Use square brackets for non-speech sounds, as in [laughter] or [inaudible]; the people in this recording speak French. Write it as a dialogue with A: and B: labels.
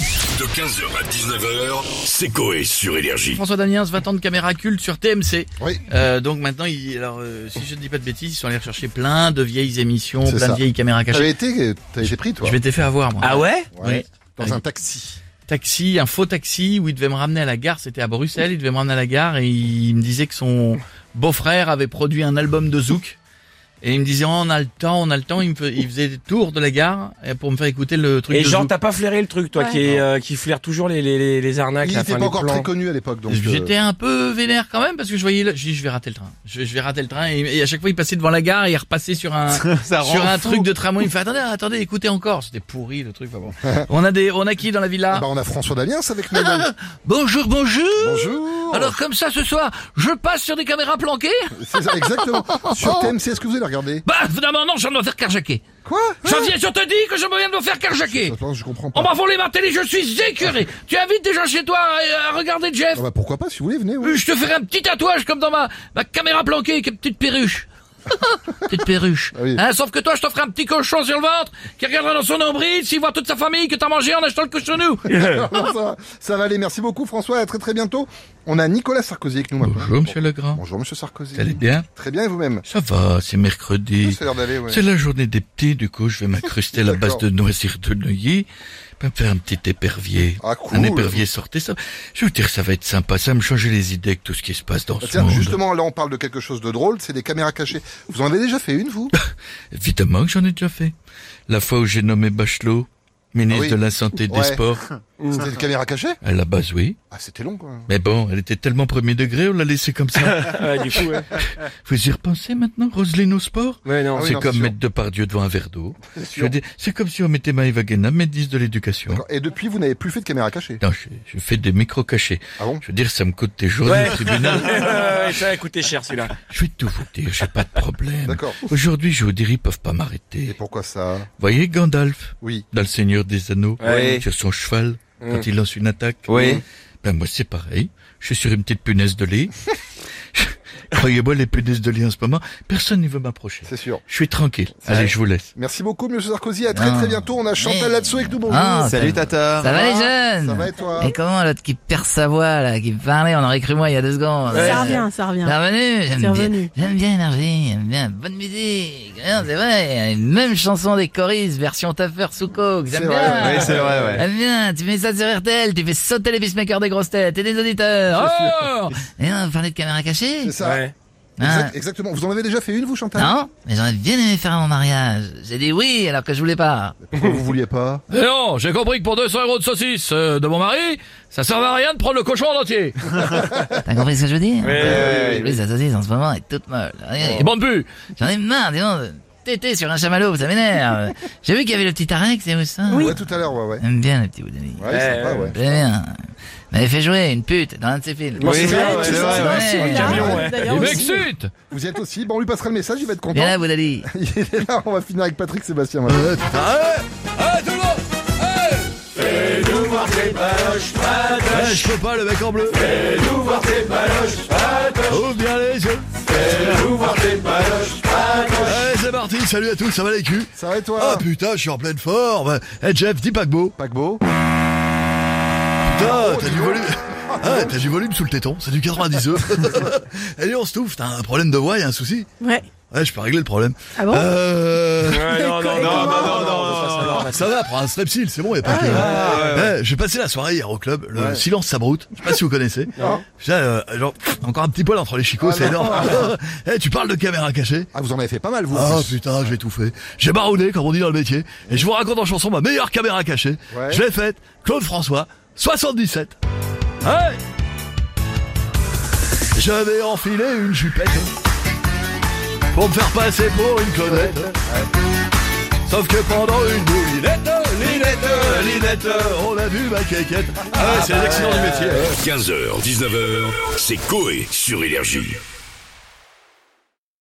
A: De 15h à 19h, c'est Coé sur Énergie.
B: François Damiens, 20 ans de caméra culte sur TMC.
C: Oui.
B: Euh, donc maintenant, il- alors, euh, si je ne dis pas de bêtises, ils sont allés rechercher plein de vieilles émissions,
C: C'est
B: plein de
C: ça. Ah
B: vieilles caméras cachées.
C: T'avais été, t'avais été pris, toi.
B: Je m'étais fait avoir, moi.
D: Ah ouais
C: Ouais.
B: Oui.
C: Dans un taxi.
B: Taxi, un faux taxi où il devait me ramener à la gare. C'était à Bruxelles. Il devait me ramener à la gare et il me disait que son beau-frère avait produit un album de Zouk. Et il me disait, Oh, on a le temps, on a le temps. Il me fais- il faisait des tours de la gare euh, pour me faire écouter le truc
D: Et
B: de
D: genre
B: Zouk.
D: t'as pas flairé le truc toi qui est, euh, qui flaire toujours les les les, les arnaques
C: Il
D: là,
C: était
D: enfin,
C: pas
D: les
C: encore
D: plans.
C: très connu à l'époque, donc. euh,
B: J'étais un peu vénère quand même parce que je voyais, le- je dis je vais rater le train, je, je vais rater le train et, et à chaque fois il passait devant la gare et il repassait
C: [laughs]
B: sur un sur un truc de tramway. Il me fait attendez attendez écoutez encore, c'était pourri le truc. enfin bon. on a des on a qui dans la villa
C: Bah, on a François Damiens avec nous. [laughs]
B: [laughs] Bonjour bonjour.
C: Bonjour.
B: Alors comme ça ce soir je passe sur des caméras planquées.
C: C'est ça, exactement. Sur TMC, est-ce que vous allez regarder
B: Bah finalement non j'en dois faire carjaquer.
C: Oh. Quoi
B: J'en viens je te dis que je me viens de me faire carjaquer.
C: Attends, Hein? je comprends
B: On
C: pas.
B: m'a volé ma télé, je suis écœuré. tu invites des gens chez toi à, à regarder Jeff.
C: Ah bah, pourquoi pas, si vous voulez, venez. [laughs] oui.
B: Je te ferai un petit tatouage comme dans ma, ma caméra planquée avec une petite
E: [laughs]
B: perruche. petite perruche.
C: Ah oui.
B: Hein, sauf que toi, je te ferai un petit cochon sur le ventre qui regardera dans son nombril s'il voit toute sa famille que t'as mangé en achetant le cochonou.
C: ça, va- ça va aller. Merci beaucoup, François. À très très bientôt. On a Nicolas Sarkozy avec nous maintenant.
B: Legrand.
C: Bonjour, monsieur Sarkozy.
B: Eh bien
C: Très bien, et vous-même
B: Ça va, c'est mercredi.
C: Ça a l'air d'aller, ouais.
B: la journée des petits, du coup, je vais m'incruster à
C: la base de
B: noisir de Neuilly, me faire un petit épervier.
C: Ah, cool. Un épervier
B: sortez ça. Je veux dire, ça va être sympa, ça va me changer les idées avec tout ce qui se passe dans
C: Bah, Tiens, justement, là, on parle de quelque chose de drôle, c'est des caméras cachées. Vous en avez déjà fait une, [laughs] vous
B: Évidemment que j'en ai déjà fait. La fois où j'ai nommé Bachelot, ministre
C: Ah oui.
B: de la Santé et des
C: Ouais. [laughs]
B: Sports,
C: C'était une caméra cachée
B: à la base oui.
C: Ah, c'était long, quoi.
B: Mais bon, elle était tellement premier degré, on l'a laissée
C: [laughs]
B: comme ça.
D: Ouais, du coup ouais.
B: Vous y repensez maintenant, Roselyne au sport
D: Ouais, non.
C: Ah oui,
B: C'est
C: non, c'est
B: comme
C: sûr.
B: mettre Depardieu devant un verre d'eau. Je
C: sûr.
B: veux dire, C'est comme si on mettait Maëva Guéna, médiste de l'éducation.
C: D'accord. Et depuis, vous n'avez plus fait de caméra cachée.
B: Non, je, je fais des micros cachés.
C: Ah bon
B: Je veux dire, ça me coûte des journées
D: Ouais.
B: au tribunal.
C: [laughs]
D: Ouais, ça a coûté cher celui-là.
B: Je vais tout vous dire, j'ai pas de problème.
C: D'accord.
B: Aujourd'hui, je vous dirais, ils peuvent pas
C: Et
B: m'arrêter.
C: pourquoi ça
B: Voyez Gandalf,
C: Oui.
B: dans le Seigneur des Anneaux,
D: Ouais.
B: sur son cheval,
C: Mm.
B: quand il lance une attaque.
D: Oui.
B: Ben moi c'est pareil, je suis sur une petite punaise
C: [laughs]
B: de lit. Croyez-moi les punaises de lit en ce moment, personne ne veut m'approcher.
C: C'est sûr.
B: Je suis tranquille. Allez, je vous laisse.
C: Merci beaucoup, monsieur Sarkozy. À très
E: Non.
C: très bientôt. On a
E: Mais-
C: Chantal là-dessous avec nous. Bonjour.
E: Ah,
F: Salut Tata.
E: Ça va les jeunes
C: Ça va et toi
E: Et comment l'autre qui perd sa voix là, qui parlait, on aurait cru moi il y a deux secondes.
D: Ouais.
E: Euh,
G: Ça revient, ça revient.
E: C'est revenu,
G: C'est
E: j'aime bien,
G: revenu.
E: j'aime bien l'énergie, j'aime bien la bonne musique, Non, c'est vrai, une même chanson des choristes, version Taffer sous coke,
C: C'est
E: j'aime
C: vrai,
E: bien.
F: Oui, c'est vrai, ouais.
E: J'aime bien, tu mets ça sur RTL, tu fais sauter les bismakers des grosses têtes et des
B: Ah,
E: auditeurs. Oh et on parlait de caméra cachée
C: C'est ça.
D: Ouais.
C: Exact-
E: Ah.
C: exactement. Vous en avez déjà fait une, vous, Chantal
E: Non, mais j'aurais bien aimé faire mon mariage. J'ai dit oui alors que je voulais pas.
C: Pourquoi vous vouliez pas
B: Et non, j'ai compris que pour 200 euros de saucisse euh, de mon mari, ça servait à rien de prendre le cochon en entier.
E: T'as compris ce que je veux dire
D: Ouais, ouais, ouais.
E: Plus la saucisse en ce moment est toute molle. Regardez.
C: Oh.
B: Et bon pu.
E: J'en ai marre, dis donc, de téter sur un chamallow,
C: [laughs]
E: ça m'énerve. J'ai vu qu'il y avait le petit Tarex, c'est où ça
C: Ouais, tout à l'heure, ouais, ouais.
E: J'aime bien le petit Woodley.
C: Ouais,
D: Ouais,
C: sympa,
D: ouais.
C: ouais.
E: J'aime bien. Il m'avait fait jouer une pute dans un de ses films.
D: Oui, c'est vrai,
G: Ouais,
D: c'est
G: tu
D: vrai,
G: sais,
E: ouais.
G: celui-là,
D: Camion, ouais.
G: d'ailleurs,
B: Il
G: aussi.
B: m'excite.
C: Vous y êtes aussi Bon, on lui passera le message, il va être content.
E: Viens là, Woodley.
C: [laughs] Il est là, on va finir avec Patrick Sébastien. maintenant.
B: Eh, je peux pas le mec en bleu. Ouvre bien les yeux. Allez, Eh, c'est parti. Salut à tous, ça va les culs
C: Ça va et
B: Ah
C: toi
B: putain, je suis en pleine forme. Eh Jeff, dis paquebot.
C: Paquebot
B: Putain, t'as du volume. Ah, t'as du volume sous le téton, c'est du 90 œufs. [laughs] Allez, on se touffe, t'as un problème de voix, y a un souci
G: Ouais.
B: Ouais, je peux régler le problème.
G: Ah bon
B: Euh...
D: Ouais, non, non, non, non, non, non, non,
B: Ça va, prends un strepsil, c'est bon, y a
G: Ah,
B: pas que... Ah, Ouais, J'ai passé la soirée hier au club, le silence s'abroute, je sais pas si vous connaissez. Putain, euh, genre, encore un petit poil entre les chicots, c'est énorme. [laughs] Eh, tu parles de caméra cachée
C: Ah, vous en avez fait pas mal, vous. en
B: Ah
C: plus.
B: putain, j'ai tout fait. J'ai baroudé, comme on dit dans le métier, et je vous raconte en chanson ma meilleure caméra cachée.
C: Ouais.
B: Je l'ai faite, Claude François, 77. Hey Je vais enfiler une jupette pour me faire passer pour une connette. Sauf que pendant une boulinette, linette, linette, on a vu ma quéquette.
C: Ah, bah,
B: Ah, ouais, c'est les accidents du métier.
A: 15h, 19h, c'est Coé sur Énergie.